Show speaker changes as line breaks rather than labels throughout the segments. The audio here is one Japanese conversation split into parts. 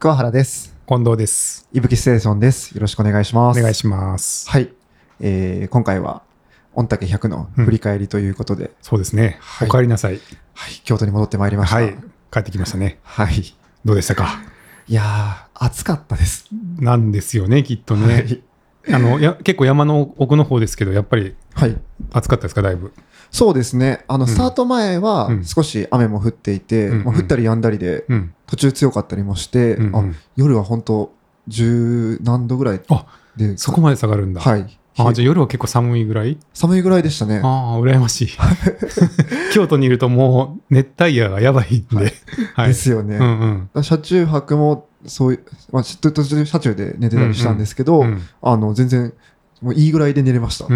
桑原です。
近藤です。
伊吹ステーションです。よろしくお願いし
お
ます。
願いします。
はい。えー、今回は、御嶽100の振り返りということで、
そうですね。
はい
お帰りなさい。
はい、京都に戻ってまいりました。
はい。帰ってきましたね。
はい。い
どうでしたか
やー、暑かったです。
なんですよね、きっとね。
はい。
あのや結構山の奥の方ですけど、やっぱり
はい。
暑かったですか、だいぶ。
そうですね。あの、
うん
スタート前は
うん
少し雨も降っていて、
うん
まあ降ったり止んだりで、
うん。
途中強かったりもして、
うんうん
あ夜は本当十何度ぐらい
あ
で、
そこまで下がるんだ。
はい。
あじゃあ夜は結構寒いぐらい
寒いぐらいでしたね。
ああ、羨ま しい。京都にいるともう熱帯夜がやばいんで。はい。
ですよね。
うんうん
車中泊もそういう、まあ、ちょっと途中車中で寝てたりしたんですけど、
うん。
あの全然もういいぐらいで寝れました、
うー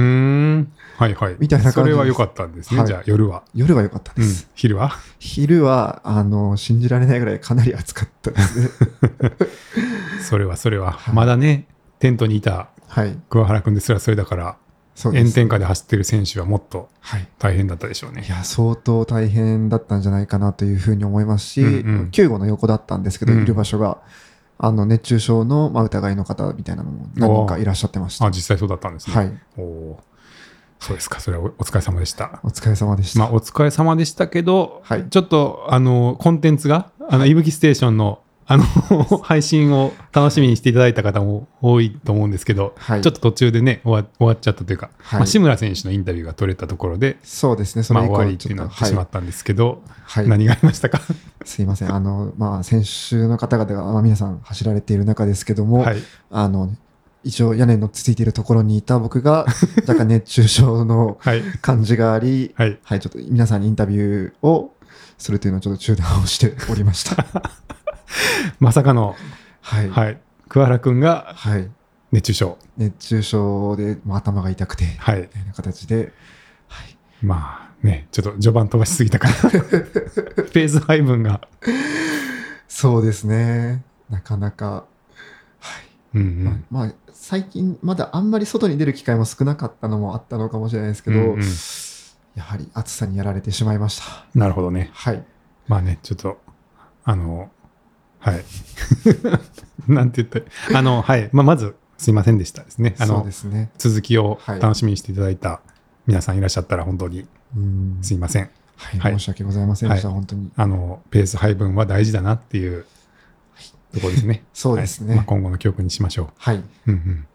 ん。はいはい。
みたいな感じです
それは良かったんですね、
はい
じゃあ夜は。
夜は良かった
う
で
ん
す、。
昼は
昼はあの信じられないぐらいかなり暑か ったですね
それはそれは、
はい
まだね、テントにいた
はい
桑原君ですらそれだから、
そうで
炎
す
天下で走ってる選手はもっと
はい
大変だったでしょう
い
ね。
や相当大変だったんじゃないかなというふうに思いますし、
うんうん
救護の横だったんですけど、
うん
いる場所があの熱中症の、まあ、疑いの方みたいなのも何人かいらっしゃってました
あ、実際そうだったんですね。
はい
おーそうですか、それはおお疲れ様でした。
お疲れ様でした、
まあ、お疲れ様でしたけど、
はい
ちょっと、あの、コンテンツが、あの、いぶきステーションの、あの、配信を楽しみにしていただいた方も多いと思うんですけど、
はい
ちょっと途中でね、終わ終わっちゃったというか、
はい
まあ、志村選手のインタビューが取れたところで、
そうですねそ
まあ、
れ以
終わり
降
って
ちょ
い
っ
う
と、
のはしてしま
は
ったんですけど、
はい
何がありましたか、
い、すいませんあのまあ先週の方々が、まあ、皆さん走られている中ですけども、
はい、
あの一応屋根のついているところにいた僕が若干熱中症の
はい、
感じがあり、
はい。
はい、ちょっと皆さんにインタビューをするというのをちょっと中断をしておりました。
まさかの、
はい、はい
はい、桑原君が熱中症、
熱中症で、まあ、頭が痛くてみ
はい、
たいな形で、はい、
まあね、ちょっと序盤飛ばしす ぎたから、フェーズ配分が、
そうですねなかなか、はい
うん
まあ、最近まだあんまり外に出る機会も少なかったのもあったのかもしれないですけ
うん、
ど、
うんうん
やはり暑さにやられてしまいました。
なるほどね、
はい
まあね、ちょっと、あの、はい、 なんて言ったあの、はい、まあ、まず、すいませんでしたですね、あ
そう
の
で、すね。
続きを
はい
楽しみにしていただいた皆さんいらっしゃったら、本当に
うん
すいません、
はい、
はい
申し訳ございませんでした、本当に。
あの、ペース配分は大事だなっていうところですね。
そうです
はいま
ね
あ、。今後の記憶にしましょ
はい。い、
う。うんうん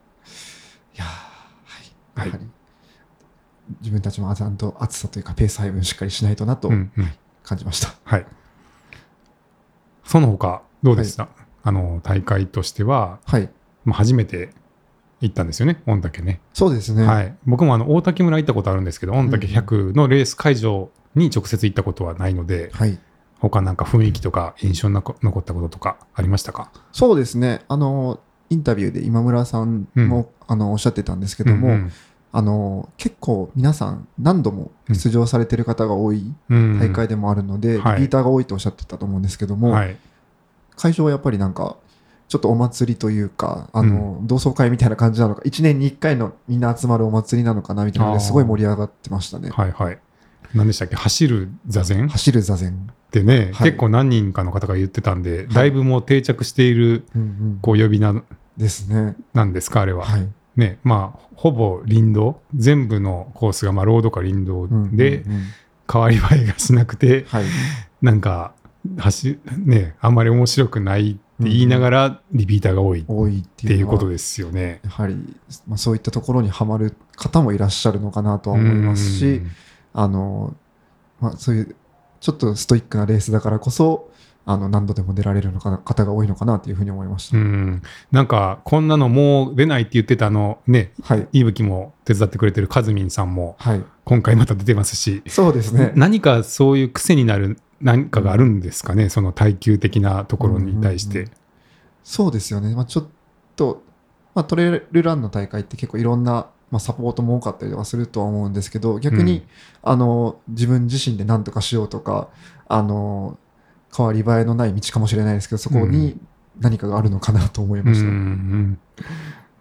やーはい。
はい
やはり、自分たちもちゃんと暑さというか、ペース配分しっかりしないとなと
うんうん
感じました。
はい。その他、どうでした、あの、大会としては、
はい。
まあ、初めて行ったんですよね、御嶽ね。
そうですね。
はい。僕もあの、大滝村行ったことあるんですけど、御嶽100のレース会場に直接行ったことはないので、
はい
他なんか雰囲気とか印象に残残ったこととかありましたか
そうですね。あの、インタビューで今村さんも、あのおっしゃってたんですけども、
うんうん
あの結構皆さん何度も出場されてる方が多い
うん
大会でもあるので、
はい
リピーターが多いとおっしゃってたと思うんですけども、
はい。
会場はやっぱりなんかちょっとお祭りというかあの、同窓会みたいな感じなのか1年に1回のみんな集まるお祭りなのかなみたいなの
あ
で
ー
すごい盛り上がってましたね、
はいはい。何でしたっけ走る座禅
走る座禅、
ってね、
はい
結構何人かの方が言ってたんで、
い
だいぶもう定着している、
うんうん
こう、呼び名
ですね
なんですか、あれは。
はい
ね、まあ、ほぼ林道、全部のコースが、まあ、ロードか林道で、
うんうんうん
変わり映えがしなくて、
はい、
なんか、走、ね、あんまり面白くないって言いながら、リピーターが多いっ
多いって
て
い
いうう
の
こ
は
とですよね。
やはり、まあ、そういったところにはまる方もいらっしゃるのかなとは思いますし、あの、まあ、そういう、ちょっとストイックなレースだからこそ、あの、何度でも出られるのかな方が多いのかなというふうに思いまし
う
た。
ん、うんなんか、こんなのもう出ないって言ってたあの、ね、
はい。
いぶきも手伝ってくれてるカズミンさんも、
はい。
今回また出てますし、
そうですね。
何かそういう癖になる何かがあるんですかね、その耐久的なところに対して。
うんうんそうですよね。まあ、ちょっと、まあ、トレイルランの大会って結構いろんな、まあ、サポートも多かったりとかするとは思うんですけど、逆に、
うん
あの、自分自身で何とかしようとか、あの、変わり映えのない道かもしれないですけど、そこに何かがあるのかなと思いました。
うんうん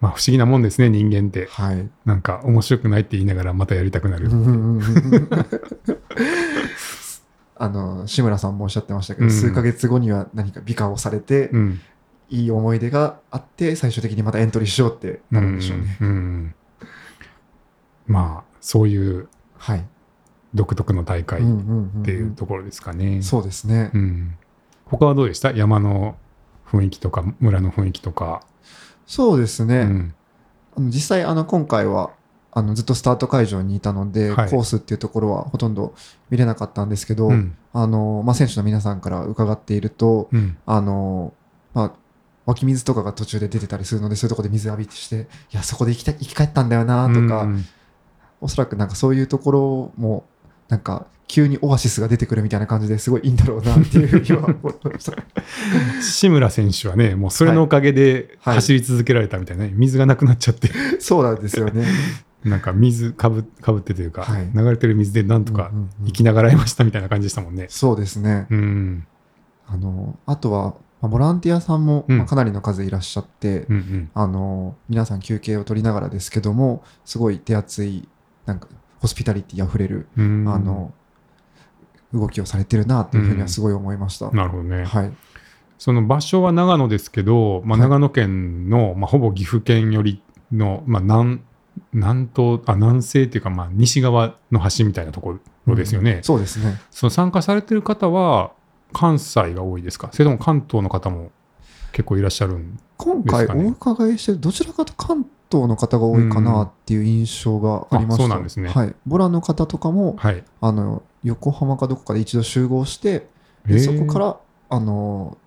まあ、不思議なもんですね、人間って。
はい。
なんか面白くないって言いながらまたやりたくなる。
あの志村さんもおっしゃってましたけど、
うん
数ヶ月後には何か美化をされて、
うん
いい思い出があって、最終的にまたエントリーしようってなるんでしょうね。
うんうんまあ、そういう
はい。
独特の大会
うん
っ
うんうん
ていうところですかね。
そうですね。
うん他はどうでした山の雰囲気とか、村の雰囲気とか。
そうですね。
うん
あの実際、あの、今回は、あの、ずっとスタート会場にいたので、
はい
コースっていうところはほとんど見れなかったんですけど、
うん
あの、まあ、選手の皆さんから伺っていると、
うん
あの、まあ、湧き水とかが途中で出てたりするので、そういうところで水浴びして、いや、そこで生きた生き返ったんだよなとか、
うん
おそらくなんかそういうところも、なんか、急にオアシスが出てくるみたいな感じですごいいいんだろうなっていうふうには思いました。
志村選手はね、もうそれのおかげで
はい
走り続けられたみたいなね、水がなくなっちゃって、
そうなんですよね。
なんか水かぶかぶってというか、
はい
流れてる水でなんとか
うんうんうん
生きながらえましたみたいな感じでしたもんね。
そうですね。
うん。
あの、あとは、まあボランティアさんも、
うん
まあかなりの数いらっしゃって、
うんうん。
あの、皆さん休憩を取りながらですけども、すごい手厚い、なんか、ホスピタリティ溢れる、
うん
あの、動きをされてるなっていうふうにはすごい思いました。
なるほどね、
はい。
その場所は長野ですけど、まあ、
はい
長野県の、まあ、ほぼ岐阜県寄りの、まあ、南南東あ南西というか、まあ、西側の端みたいなところですよね、
そうですね。
その参加されてる方は関西が多いですかそれとも関東の方も結構いらっしゃるん
今
です
回
か
お
ね
伺いしてる、どちらかと関東の方が多いかなっていう印象がありました。
うんあそうなんですね
はい。ボラの方とかも、
はい
あの、横浜かどこかで一度集合して、でそこからあの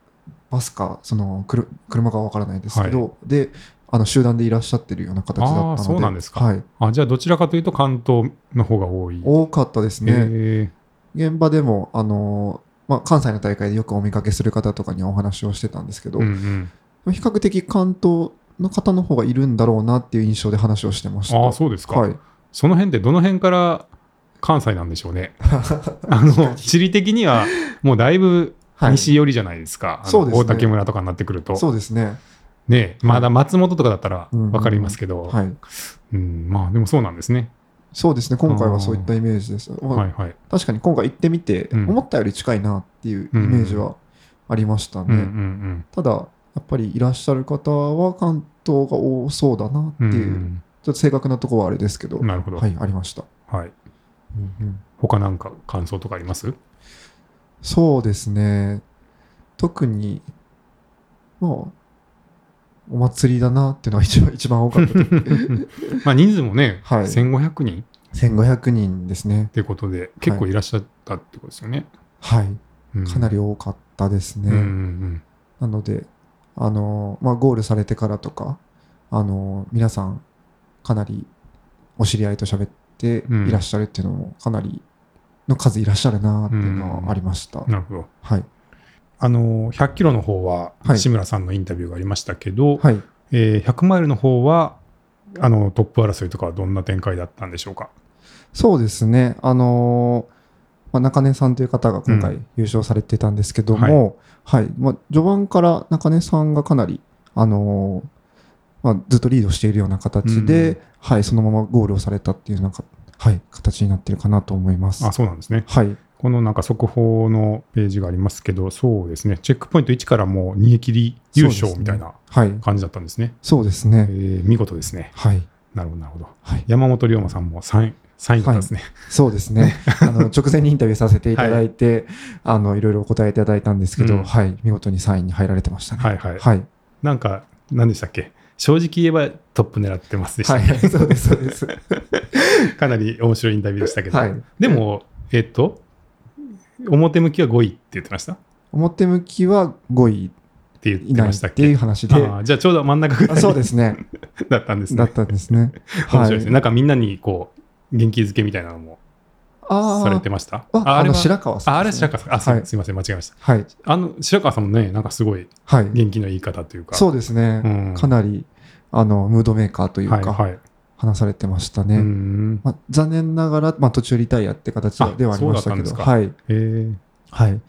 バスかそのくる車かわからないですけど、であの集団でいらっしゃってるような形だったの
あー
で
そうなんですか
はい、
あじゃあどちらかというと関東の方が多い
多かったですね、
え
現場でもあの、まあ、関西の大会でよくお見かけする方とかにはお話をしてたんですけ
ー
ど、
うんうん、
比較的関東の方の方がいるんだろうなっていう印象で話をしてました
ああそうですか、
はい、
その辺ってどの辺から関西なんでしょう ねあの地理的にはもうだいぶ
はい、
西寄りじゃないですか、あの
そうですね
大竹村とかになってくると、
そうですねは
ね、
い
まだ松本とかだったら分かりますけど、うん
はい
まあでもそうなんですね。
そうですね今回はそういったイメージです、まあ
はいはい。
確かに今回行ってみて、
うん
思ったより近いなっていうイメージはありましたね、
うんうん
ただやっぱりいらっしゃる方は関東が多そうだなって
うん。
いう、
ん
ちょっと正確なところはあれですけど、
なるほど。
は
はい。
いありました、
他なんか感想とかあります
そうですね特にまあお祭りだなっていうのが一番一番多 かったと
まあ人数もね、
はい
1500人
1500人ですね
っていうことで、結構いらっしゃったってことですよね。
はいかな
り
り多かったですね、
うんうん
なので、あのまあ、ゴールされてからとか、あの皆さん、かなりお知り合いと喋って
うん
いらっしゃるっていうのも、かなりの数いらっしゃるなっていうのはありました。
うんなるほど。
はい。
あの、100キロの方は
はい
志村さんのインタビューがありましたけど、
はい。
えー100マイルの方は、あのトップ争いとかはどんな展開だったんでしょうか。
そうですね。あのまあ、中根さんという方が今回
う
優勝されてたんですけども、はい、まあ、序盤から中根さんがかなり、あのまあ、ずっとリードしているような形で、
うん
はい、そのままゴールをされたっていうなんか、はい、形になってるかなと思います。
あ、そうなんですね。
はい。
このなんか速報のページがありますけど、そうですね、チェックポイント1からもう逃げ切り優勝みたいな
はい。
感じだったんですね。
そうですね。
えー見事ですね。
はい。
なるほど、なるほど。
はい。
山本龍馬さんも3位、3位だったんですね。
そうです ね。あの、直前にインタビューさせていただいて、あの、いろいろお答えいただいたんですけど、
うん
はい。見事に3位に入られてましたね。
はい、はい、
はい。
なんか、何でしたっけ正直言えばトップ狙ってますでした
は
ね、
い。 そうです、そうです。
かなり面白いインタビューでしたけど、
はい
でも、えっと、表向きは5位って言ってましたっ
表向きは5位
て言っ
以
て
内
ま
っ
したって
い
け
う話で、
あーじゃあちょうど真ん中ぐら
あ
い
そうですね。
だったんです
だ
ね
っ。たんですね。
面
は
白いですね。
い。
なんかみんなにこう元気づけみたいなのも
あ
されて
ー
ました
あ、あ
れ
の、
は
白川さん、
ああれ白川さん。あ、すい
はい
すいません、間違えました。
川。はい。
あの、白川さんもね、なんかすごい
はい。
元気の言い方というか。
そうですね。
うん
かなり、あの、ムードメーカーというか、
はいはい。
話されてましたね。
うん。
まあ、残念ながら、まあ、途中リタイアって形
あ
ではありましたけど、
そうだったんですか
はい、
えー、
はい、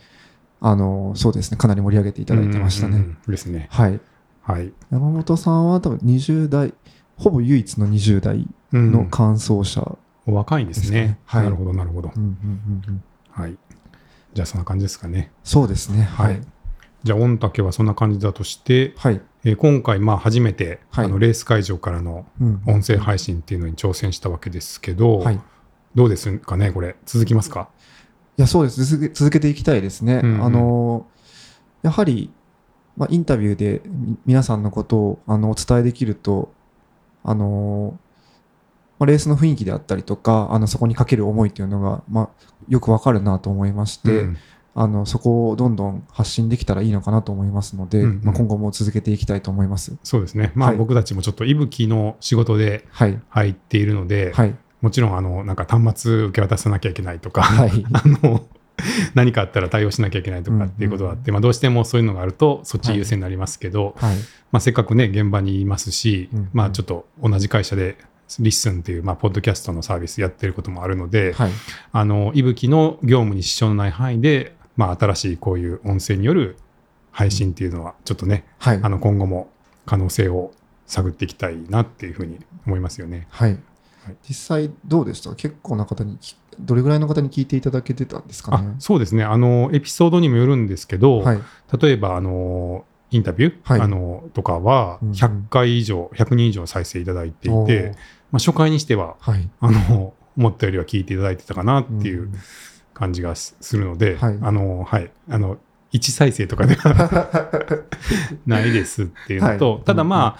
あのそうですね、かなり盛り上げていただいてましたね。
うんうんうん。ですね。
はい、
はい。
山本さんは多分20代、ほぼ唯一の20代
うん
の完走者、
お若いんです
です
ね
ね。はい
なるほど、なるほど
う。んうんうんうん
はい。じゃあ、そんな感じですかね。
そうですね、はい、
はいじゃあ、御嶽はそんな感じだとして、
はい。
えー今回、まあ、初めて、
はい
あのレース会場からの
うん
音声配信っていうのに挑戦したわけですけど、
はい。い
どうですかね、これ、続きますか。
や、そうです。続け続けていきたいですね。
うんうん
あの、やはり、まあ、インタビューでみ皆さんのことをあのお伝えできると、あの、まあ、レースの雰囲気であったりとか、あのそこにかける思いというのが、まあ、よくわかるなと思いまして、
うん
あのそこをどんどん発信できたらいいのかなと思いますので、
うんうん
まあ、今後も続けていきたいと思います。
そうですね、まあ、
はい
僕たちもちょっと息吹の仕事で
はい。
入っているので、
はい。
もちろんあのなんか端末受け渡さなきゃいけないとか、
はい。
あの何かあったら対応しなきゃいけないとかっていうことがあって、まあ、どうしてもそういうのがあるとそっち優先になりますけど、
はい。
まあ、せっかくね現場にいますし、
うん
まあ、ちょっと同じ会社でリッスンっていう、まあ、ポッドキャストのサービスやってることもあるので、
はい。
あのいぶきの業務に支障のない範囲で、まあ、新しいこういう音声による配信っていうのはちょっとね、
はい
あ。の今後も可能性を探っていきたいなっていうふうに思いますよね。
はい。実際どうでした結構な方にき、どれぐらいの方に聞いていただけてたんですか
あ
ね
そうですねあのエピソードにもよるんですけど、
はい。
例えばあのインタビュー、
はい
あのとかは
うんうん
100回以上、100人以上再生いただいてい
お
て
ー、
まあ、初回にしては
はい。
あの思ったよりは聞いていただいてたかなっていうん感じがすするので、
はい
あのはいあの1再生とかでは ないですっていうのと、
はい
ただま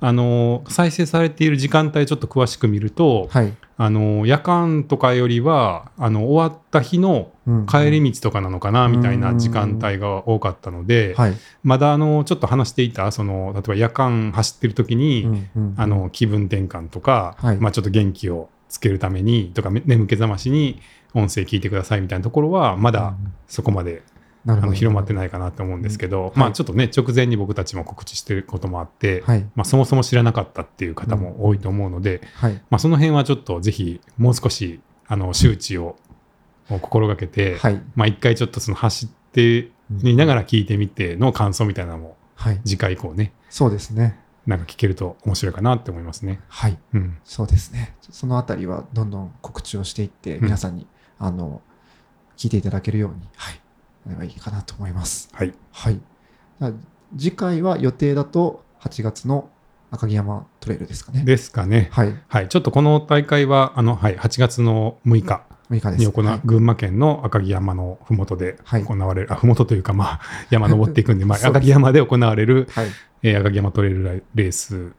あ、あの再生されている時間帯ちょっと詳しく見ると、
はい。
あの夜間とかよりはあの終わった日の
うん
帰り道とかなのかなみたいな時間帯が多かったので、
はい。
まだあのちょっと話していたその例えば夜間走ってる時に、
うんうん
あの気分転換とか、
はい
まあ、ちょっと元気をつけるためにとかめ眠気覚ましに音声聞いてくださいみたいなところはまだ
うん
そこまで、
なる
あ
ほ
の
ど。
広まってないかなと思うんですけど、
い
まあ、ちょっとね直前に僕たちも告知してることもあって、
はい。
まあ、そもそも知らなかったっていう方も多いと思うので、
はい。
まあ、その辺はちょっとぜひもう少しあの周知を心がけて、
はい。
まあ、一回ちょっとその走ってみながら聞いてみての感想みたいなのも
はい。
次回以降ね
そうですね。
なんか聞けると面白いかなって思いますね。
はい。
うん
そうですね。そのあたりはどんどん告知をしていって、
うん
皆さんに、あの、聞いていただけるように、はい、なればいいかなと思います。
はい。
はい。じゃあ次回は予定だと8月の赤城山トレイルですかね。
ですかね。
はい。
はい。ちょっとこの大会は、あの、はい、8月の6日
6日です。
に行う、
はい
群馬県の赤城山のふもとで
はい
行われる、あ、ふもとというか、まあ、 山登っていくんで、まあ、
そうです
赤城山で行われる、
はい。
えー赤城山トレイルレース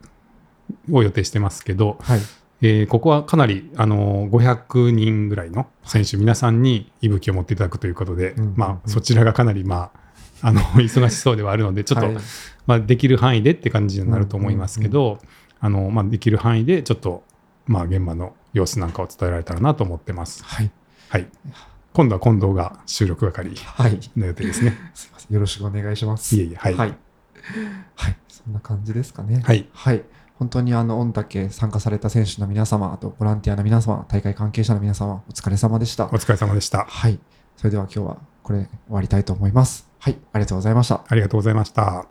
を予定してますけど、
はい。
えーここはかなり、あのー500人ぐらいの選手、皆さんに息吹を持っていただくということで、
うん
ま
う
あ、
ん
そちらがかなり、まあ、あの、 忙しそうではあるので、 ちょっと、
はい
まあ、できる範囲でって感じになると思いますけど、あのまあ、できる範囲でちょっと、まあ、現場の様子なんかを伝えられたらなと思ってます。
はい。
はい、今度は近藤が収録係
はい。
の予定ですね。
すいません。よろしくお願いします。
いえいえ、はい。
は
はい
い。はいそんな感じですかね。
はい
はい。本当にあの、御嶽参加された選手の皆様、あとボランティアの皆様、大会関係者の皆様、お疲れ様でした
お。疲れ様でした。
はい。それでは今日はこれ終わりたいと思います。はい。ありがとうございました。
ありがとうございました。